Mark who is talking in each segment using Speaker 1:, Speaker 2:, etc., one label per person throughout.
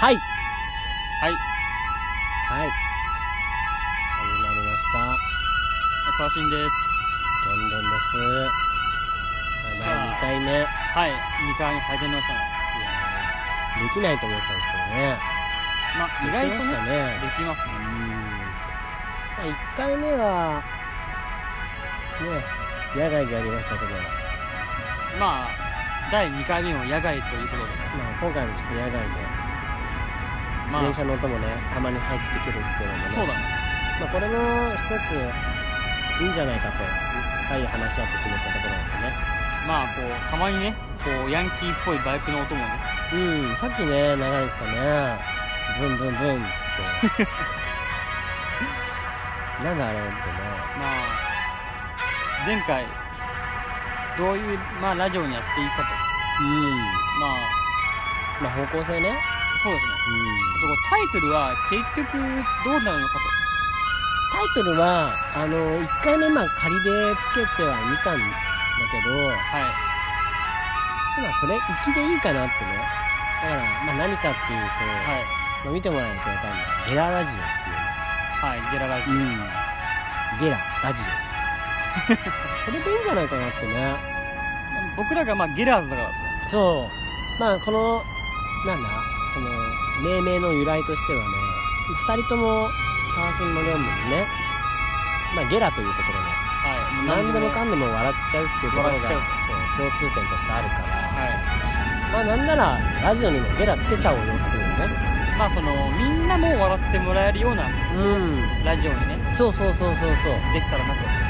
Speaker 1: はい。
Speaker 2: はい。
Speaker 1: はい。始まりました。
Speaker 2: サーシンです。
Speaker 1: どんどんです。まあ、2回目。いや
Speaker 2: はい。2回始めましたね。
Speaker 1: ーできないと思ってたんですけどね。
Speaker 2: まあ、意外
Speaker 1: でき
Speaker 2: と
Speaker 1: ました
Speaker 2: ね、
Speaker 1: ね。
Speaker 2: できますね。
Speaker 1: うん。まあ、1回目は、ね、野外でやりましたけど、
Speaker 2: まあ、第2回目も野外ということで、
Speaker 1: まあ、今回もちょっと野外で、
Speaker 2: まあ、
Speaker 1: 電車の音もね、たまに入ってくるっていうのもね。
Speaker 2: そうだね。
Speaker 1: まあ、これも一ついいんじゃないかと2人で話し合って決めたところなん
Speaker 2: まあ、こう、たまにね、こう、ヤンキーっぽいバイクの音もね、
Speaker 1: でねうんさっきね長いですかねブンブンブンっつ ってなんだあれってね
Speaker 2: まあ、前回、どういう、まあ、ラジオにやっていいかと。
Speaker 1: うん
Speaker 2: まあ、
Speaker 1: まあ方向性ね
Speaker 2: そうですね。
Speaker 1: うん
Speaker 2: あとこうタイトルは結局どうなるのか
Speaker 1: タイトルはあの1回目まあ仮でつけてはみたんだけどちょっ
Speaker 2: と。はい。
Speaker 1: とまあそれ粋でいいかなってねだからまあ何かっていうと、
Speaker 2: はい。
Speaker 1: まあ、見てもらえるとわかんないゲララジオっていうね
Speaker 2: はい。ゲララジ
Speaker 1: う
Speaker 2: オ。
Speaker 1: ん。ゲラ、ラ ジオ。これでいいんじゃないかなってね。
Speaker 2: 僕らがまあゲラーズだからです
Speaker 1: そ
Speaker 2: よ。
Speaker 1: う。まあ、この、なんだ、その、命名の由来としてはね、二人とも、三振も両もね、まあ、ゲラというところで、
Speaker 2: はい。う
Speaker 1: 何でもかんでも笑っちゃうっていうところ
Speaker 2: 笑
Speaker 1: が、そ
Speaker 2: っちゃ
Speaker 1: う
Speaker 2: う、
Speaker 1: 共通点としてあるから、
Speaker 2: は
Speaker 1: まあ、なんなら、ラジオにもゲラつけちゃおうよっていうね。
Speaker 2: い。まあその、みんなも笑ってもらえるような
Speaker 1: うん。
Speaker 2: ラジオにね、
Speaker 1: そうそうそうそうそう。
Speaker 2: できたらなと。な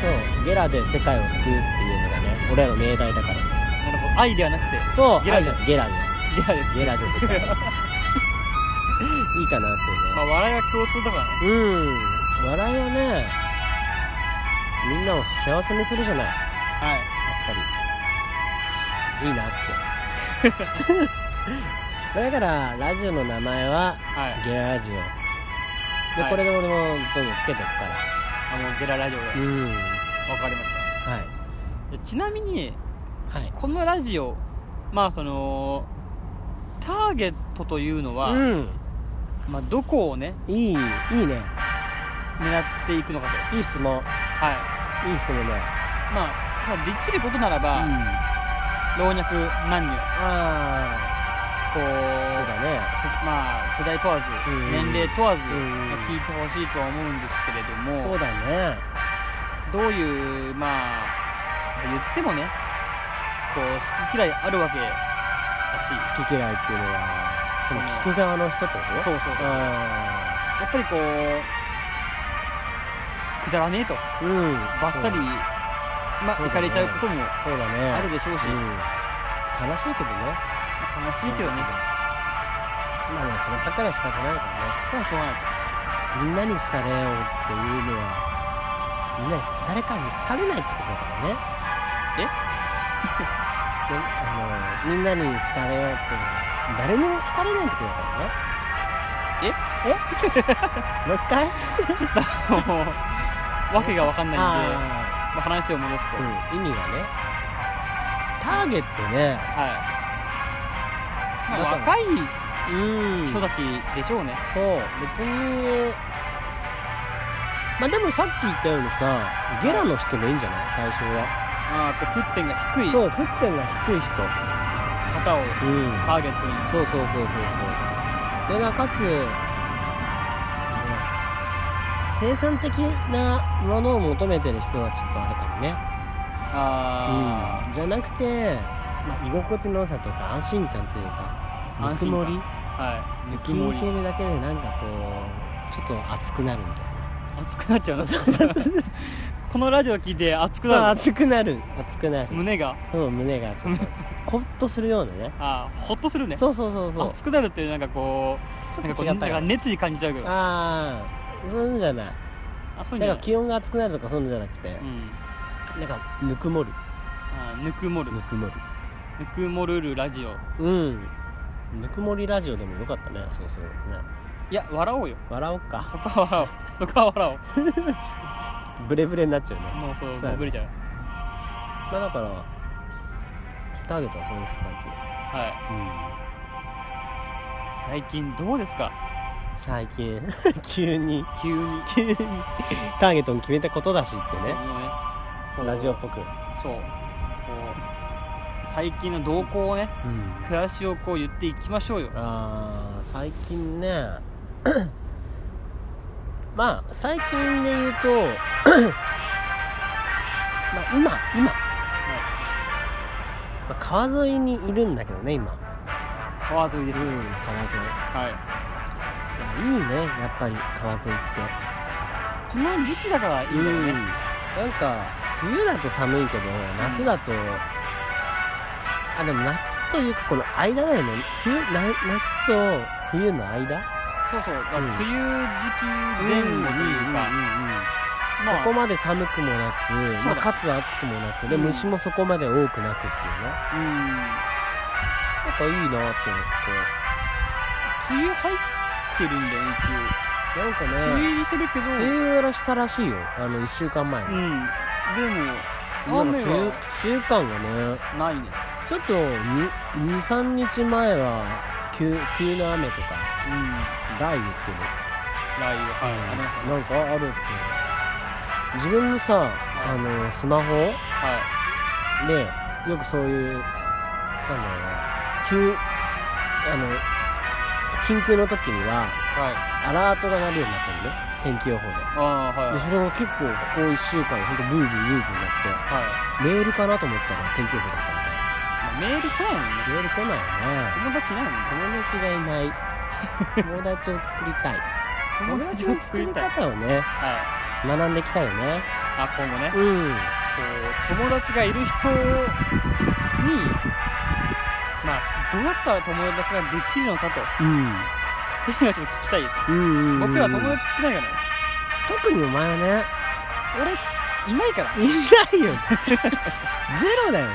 Speaker 1: そう、ゲラで世界を救うっていうのがね、俺らの命題だからね。
Speaker 2: るほど。愛ではなくて、
Speaker 1: そう、
Speaker 2: ゲラじゃん
Speaker 1: あゲラで。
Speaker 2: ゲラです。
Speaker 1: ゲラです から。いいかなっ
Speaker 2: まあ笑いは共通だからね。
Speaker 1: ていうね。うん。笑いはね、みんなを幸せにするじゃない。やっ
Speaker 2: はい。
Speaker 1: ぱり。いいなって。 だから、ラジオの名前は、
Speaker 2: はい。
Speaker 1: ゲララジオ。で、
Speaker 2: はい
Speaker 1: これで俺もどんどんつけていくから。
Speaker 2: あの、ゲララジオで。わ
Speaker 1: うん。は
Speaker 2: かりまし
Speaker 1: い。
Speaker 2: たで。ちなみに、
Speaker 1: はい。
Speaker 2: このラジオ、まあその、ターゲットというのは、
Speaker 1: うん。
Speaker 2: まあどこをね、
Speaker 1: いい、いいね。
Speaker 2: 狙っていくのかと。
Speaker 1: いい質問。
Speaker 2: はい。
Speaker 1: いい質問ね。
Speaker 2: まあ、まあできることならば、
Speaker 1: あ
Speaker 2: 老若男女、
Speaker 1: あ
Speaker 2: こう、
Speaker 1: ー、そうだね。
Speaker 2: しまあ、世代問わず、
Speaker 1: うん
Speaker 2: 年齢問わず、
Speaker 1: うん
Speaker 2: まあ聞いてほしいとは思うんですけれど
Speaker 1: そ
Speaker 2: も
Speaker 1: う、だね。
Speaker 2: どういう、まあ、言ってもね、こう、好き嫌いあるわけだし、
Speaker 1: 好き嫌いっていうのはその聞く側の人ってこと
Speaker 2: そうそうや
Speaker 1: あ
Speaker 2: っぱりこう、くだらねえと、
Speaker 1: ーうん
Speaker 2: ばっさり、ま
Speaker 1: そ
Speaker 2: あ、
Speaker 1: うだね
Speaker 2: いかれちゃうことも
Speaker 1: そうだね
Speaker 2: あるでしょうし、
Speaker 1: うん悲しいけどね
Speaker 2: まあ悲しいけどね、
Speaker 1: まあねそればっかりは仕方ないか
Speaker 2: そうはしょうがないと。
Speaker 1: らねみんなに好かれようっていうのはみんなに誰かに好かれないってことだからね
Speaker 2: え
Speaker 1: であ のみんなに好かれようっていうのは誰にも好かれないってことだからね
Speaker 2: え
Speaker 1: え もう一回
Speaker 2: もうわけがわかんないんで、
Speaker 1: あー
Speaker 2: まあ、話を戻すと、はい
Speaker 1: うん、意味がねターゲットね
Speaker 2: まあ、
Speaker 1: だか
Speaker 2: 若い
Speaker 1: うん
Speaker 2: 人
Speaker 1: そう
Speaker 2: たちでしょうね、
Speaker 1: 別にまあでもさっき言ったようにさゲラの人でいいんじゃない対象は
Speaker 2: ああこう沸点が低い
Speaker 1: そ
Speaker 2: 方を
Speaker 1: う沸点が低い人うん
Speaker 2: ターゲットに
Speaker 1: そうそうそうそうそうでまあかつ、ね、生産的なものを求めてる人はちょっとあれかもね
Speaker 2: あ
Speaker 1: うん、じゃなくて、まあ、居心地の良さとか安心感というかぬ
Speaker 2: 安
Speaker 1: く
Speaker 2: 心
Speaker 1: も
Speaker 2: 感
Speaker 1: り
Speaker 2: あ、はいぬくも
Speaker 1: 聞いて
Speaker 2: り
Speaker 1: るだけでなんかこうちょっと熱くなるみたいな
Speaker 2: 熱くなっちゃう なこのラジオ聞いて熱く
Speaker 1: そう
Speaker 2: なる
Speaker 1: 熱くなる熱くなる
Speaker 2: 胸が
Speaker 1: うん胸がち ょっとホッとするようなね
Speaker 2: ああほっとするね
Speaker 1: そうそうそうそう
Speaker 2: 熱くなるってなんかこう
Speaker 1: ち
Speaker 2: な
Speaker 1: ょっ
Speaker 2: んかことう
Speaker 1: 違
Speaker 2: な
Speaker 1: っ
Speaker 2: ん
Speaker 1: たか
Speaker 2: か熱意感じちゃうけどあ
Speaker 1: ああそういうんじゃない
Speaker 2: そういうん
Speaker 1: な
Speaker 2: じゃ
Speaker 1: ん
Speaker 2: な
Speaker 1: か
Speaker 2: い
Speaker 1: 気温が熱くなるとかそういうんじゃなくて
Speaker 2: う、ん
Speaker 1: なんかぬくもる
Speaker 2: ああぬくもる
Speaker 1: ぬくもる
Speaker 2: ぬくもるるラジオ
Speaker 1: うんぬくもりラジオでもよかったねそうそうね
Speaker 2: いや笑おうよ
Speaker 1: 笑おうか
Speaker 2: そこは笑 おうそこは笑
Speaker 1: ブレブレになっちゃう
Speaker 2: おう
Speaker 1: ね
Speaker 2: もうそう
Speaker 1: そうだね
Speaker 2: もうぶれちゃう
Speaker 1: まあだからターゲットはそういう人たち
Speaker 2: は
Speaker 1: うん
Speaker 2: 最近どうですか
Speaker 1: 最近 急に
Speaker 2: 急に
Speaker 1: 急にターゲットに決めたことだしって
Speaker 2: そ
Speaker 1: ね
Speaker 2: のねこう
Speaker 1: ラジオっぽく
Speaker 2: そうこう最近の動向をね
Speaker 1: うん
Speaker 2: 暮らしをこう言っていきましょうよ
Speaker 1: あー最近ね まあ最近で言うと まあ今今、まあ、川沿いにいるんだけどね今
Speaker 2: 川沿いですね、
Speaker 1: 川沿い
Speaker 2: はい
Speaker 1: いいねやっぱり川沿いっ
Speaker 2: この時期だからいい
Speaker 1: て
Speaker 2: んだよね、
Speaker 1: なんか冬だと寒いけど夏だと、あでも夏というかこの間だよね冬な夏と冬の間
Speaker 2: そうそうだから
Speaker 1: うん
Speaker 2: 梅雨時期前後というか、
Speaker 1: んうんうん
Speaker 2: まあ
Speaker 1: そこまで寒くもなく、
Speaker 2: そ
Speaker 1: ま
Speaker 2: う
Speaker 1: あ、
Speaker 2: だ
Speaker 1: かつ暑くもなくで、
Speaker 2: うん
Speaker 1: 虫もそこまで多くなくっていうねなんかいいなって思
Speaker 2: うん梅雨入ってるんだよね
Speaker 1: って
Speaker 2: 一
Speaker 1: な
Speaker 2: 応梅
Speaker 1: んか
Speaker 2: 雨
Speaker 1: ね
Speaker 2: 入りしてるけど
Speaker 1: 梅雨入りしたらしいよあの1週間前に、
Speaker 2: うんでも
Speaker 1: なんか
Speaker 2: 雨
Speaker 1: 梅雨梅
Speaker 2: は
Speaker 1: 雨感がね
Speaker 2: ないね
Speaker 1: ちょっと23日前は急急な雨とか
Speaker 2: うん
Speaker 1: 雷雨っていうの
Speaker 2: 雷雨はい、ありましたね
Speaker 1: なんかあるって自分のさあのスマホ
Speaker 2: はい
Speaker 1: でよくそういうなんだろうな急あの緊急の時には
Speaker 2: はい
Speaker 1: アラートが鳴るようになったのね天気予報で
Speaker 2: ああは
Speaker 1: で
Speaker 2: い
Speaker 1: それが結構ここ1週間ほんとブーブーブーブーなっ
Speaker 2: はい、
Speaker 1: てメールかなと思ったら天気予報だったみ
Speaker 2: まあ、メール来ないもんね
Speaker 1: たいなメール来ないよね
Speaker 2: 友達いないも
Speaker 1: 友
Speaker 2: んね
Speaker 1: 達がいない友達を作りたい友達を作り
Speaker 2: はい
Speaker 1: 方をね学んできたよね
Speaker 2: あ今後ねこ
Speaker 1: うん
Speaker 2: う友達がいる人にまあどうやったら友達ができるのかと
Speaker 1: うん
Speaker 2: っていうのはちょっと聞きたいですよ
Speaker 1: うんうんうんうん
Speaker 2: 僕ら友達少ないからね
Speaker 1: 特にお前はね
Speaker 2: 俺いないから
Speaker 1: いないよねゼロだよね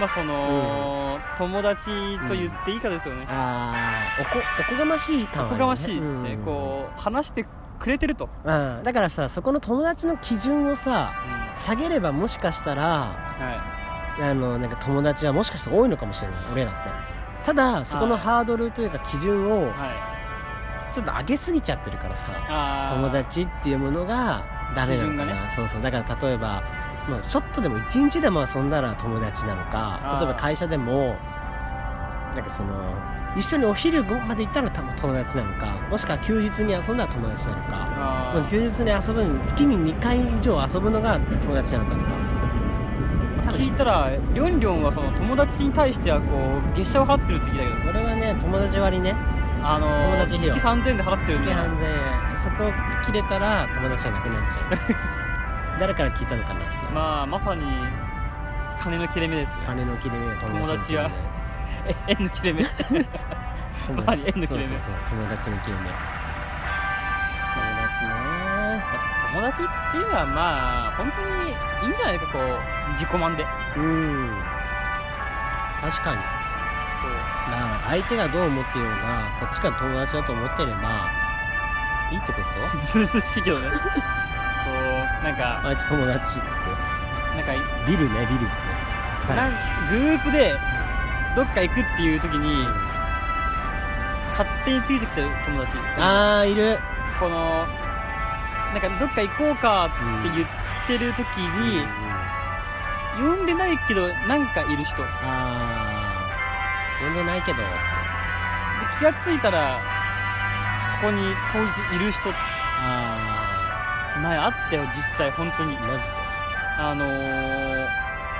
Speaker 2: まあその、友達と言っていいかですよね、
Speaker 1: ああおこおこがましい感
Speaker 2: お
Speaker 1: は
Speaker 2: こがましいですね、
Speaker 1: うん
Speaker 2: こう話してくれてると、
Speaker 1: うんだからさそこの友達の基準をさ
Speaker 2: は
Speaker 1: 下げればもしかしたら
Speaker 2: い
Speaker 1: あのなんか友達はもしかしたら多いのかもしれない俺らってただそこのハードルというか基準を
Speaker 2: はい
Speaker 1: ちょっと上げすぎちゃってるからさ
Speaker 2: あー
Speaker 1: 友達っていうものがダメなのか
Speaker 2: 基準
Speaker 1: な、そうそうだから例えばもうちょっとでも一日でも遊んだら友達なのか
Speaker 2: あー
Speaker 1: 例えば会社でもなんかその一緒にお昼ごまで行ったら多分友達なのかもしくは休日に遊んだら友達なのか
Speaker 2: あ
Speaker 1: まあ
Speaker 2: ー
Speaker 1: 休日に遊ぶの月に2回以上遊ぶのが友達なのかとか多分
Speaker 2: 聞いたらりょんりょんはその友達に対してはこう月謝を払ってるって聞いたけど
Speaker 1: 俺はね友達割ね
Speaker 2: あのー
Speaker 1: 友達費用
Speaker 2: 月3000円で払ってるん
Speaker 1: 月
Speaker 2: で
Speaker 1: 半千円そこ切れたら友達じゃなくなっちゃ う誰から聞いたのかなっていう、
Speaker 2: まあまさに金の切れ目ですよ
Speaker 1: 金の切れ目が友達の切れ目
Speaker 2: 友達え円の切れ目
Speaker 1: 友達
Speaker 2: まさに縁の切れ目
Speaker 1: そうそうそう友達の切れ目友達
Speaker 2: 友達っていうのはまあ本当にいいんじゃないかこう自己満で
Speaker 1: ねうん確かにだから相手がどう思ってようがこっちが友達だと思ってればいいってこと
Speaker 2: ずうずうしいけどねそうなんか
Speaker 1: あいつ友達っつって
Speaker 2: なんか
Speaker 1: ビルねビルって
Speaker 2: なんグループでどっか行くっていう時に勝手についてきちゃう友達
Speaker 1: あーいる
Speaker 2: このなんかどっか行こうかって言ってる時に、呼んでないけどなんかいる人で
Speaker 1: あー呼んでないけど
Speaker 2: 気がついたらそこに当日いる人
Speaker 1: あ
Speaker 2: 前あったよ実際本当に
Speaker 1: ーマジで
Speaker 2: あのー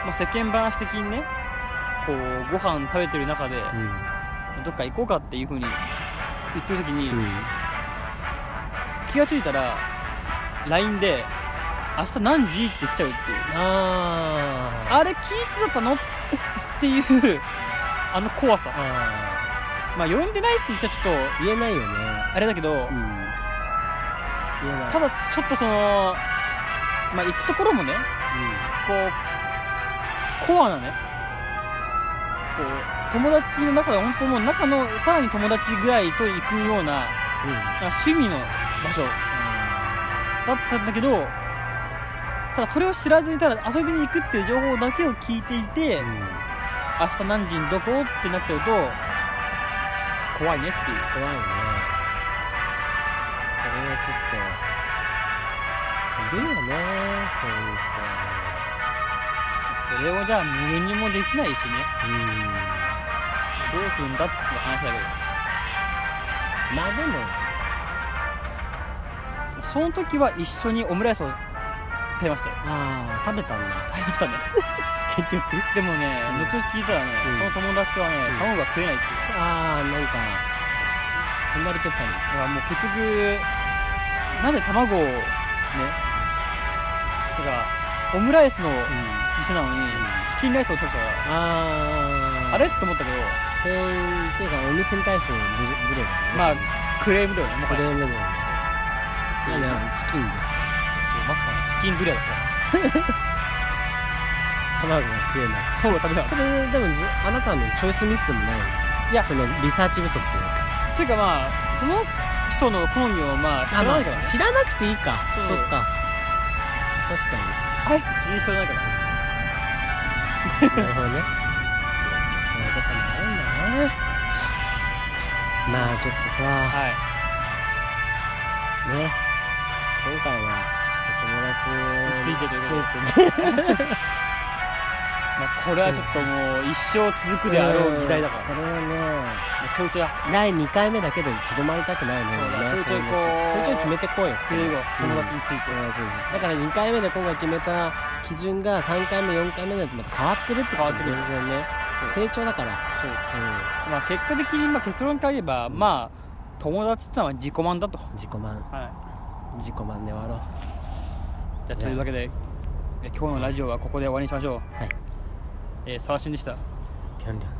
Speaker 2: まあ、世間話的にねこうご飯食べてる中でどっか行こうかっていう風に言ってる時に、
Speaker 1: うん、うん、
Speaker 2: 気がついたら LINE で「明日何時?」って来ちゃうっていう
Speaker 1: あー
Speaker 2: あれ聞いてたのっていうあの怖さ
Speaker 1: あ
Speaker 2: まあ呼んでないって言っちゃちょっ
Speaker 1: ー言えないよね
Speaker 2: とあれだけど、
Speaker 1: うん言えない
Speaker 2: ただちょっとそのまあ行くところもねこうコアなねこう友達の中で本当もう中のさらに友達ぐらいと行くよ
Speaker 1: うん、う
Speaker 2: うな
Speaker 1: ん、あ
Speaker 2: なんか趣味の場所
Speaker 1: ー
Speaker 2: だったんだけどただそれを知らずにただ遊びに行くっていう情報だけを聞いていて、
Speaker 1: うん
Speaker 2: 明日何時にどこってなっちゃうと怖いねっていう
Speaker 1: 怖いねそれはちょっといるよねそういう人
Speaker 2: それをじゃあ無限にもできない
Speaker 1: は
Speaker 2: しね
Speaker 1: ね
Speaker 2: どうするんだっつう話だ
Speaker 1: うんまあでも
Speaker 2: けどその時は一緒にオムライスを食べましたよ
Speaker 1: ああ食べたんだ
Speaker 2: 食べましたね
Speaker 1: 結局
Speaker 2: でもね
Speaker 1: うん
Speaker 2: 後々聞いたらね、
Speaker 1: うん
Speaker 2: その友達はね
Speaker 1: うん
Speaker 2: 卵が食えないっていう
Speaker 1: ああなんか踏んだり蹴ったり
Speaker 2: だからもう結局なんで卵をねだからオムライスの
Speaker 1: うん
Speaker 2: 店なのにチキンライスを取っちゃうから
Speaker 1: ああ
Speaker 2: あれと思ったけど
Speaker 1: 店員っていうかお店に対しての無情無礼だよね
Speaker 2: まあクレームだよねも
Speaker 1: ク
Speaker 2: は
Speaker 1: レ
Speaker 2: や
Speaker 1: ームだよねなんであのチキンですか
Speaker 2: まさかのチキンブリアだった
Speaker 1: 卵が食えない
Speaker 2: 卵食べなかっ
Speaker 1: それでもじあなたのチョイスミスでもない
Speaker 2: たいや
Speaker 1: そのリサーチ不足というか
Speaker 2: っていうかまあその人の好みをまあ知らないからね
Speaker 1: 知らなくていいか
Speaker 2: そ
Speaker 1: そっ
Speaker 2: う
Speaker 1: か確か
Speaker 2: あえて知りそうじゃないから
Speaker 1: になるほどねそういうこともあるんだねまあちょっとさ
Speaker 2: はい
Speaker 1: ね今回 はちょっと友達
Speaker 2: についてということで
Speaker 1: ついてね
Speaker 2: まあこれはちょっともう一生続くであろう議題だか
Speaker 1: こ
Speaker 2: ら
Speaker 1: れはね
Speaker 2: ちょいちょいや
Speaker 1: 第2回目だけでとどまりたくないね
Speaker 2: そうだ
Speaker 1: 俺ね
Speaker 2: ちょいちょいこう
Speaker 1: ちょいちょい決めてこうよ
Speaker 2: くれよ友達
Speaker 1: うん
Speaker 2: について
Speaker 1: 友達ですだから2回目で今回決めた基準が3回目4回目だとまた変わってるってこと
Speaker 2: 変わってくる
Speaker 1: 全然ね
Speaker 2: そう
Speaker 1: 成長だから
Speaker 2: そうです
Speaker 1: う
Speaker 2: まあ結果的にまあ結論から言えば、
Speaker 1: うん
Speaker 2: まあ友達ってのは自己満だと、
Speaker 1: ん自己満
Speaker 2: は
Speaker 1: 自己満で終わろう
Speaker 2: い、
Speaker 1: じゃ
Speaker 2: じゃあ
Speaker 1: あ
Speaker 2: というわけでえ今日のラジオはここで終わりにしましょう、
Speaker 1: はい
Speaker 2: えー、沢新でした
Speaker 1: ぴょんりょん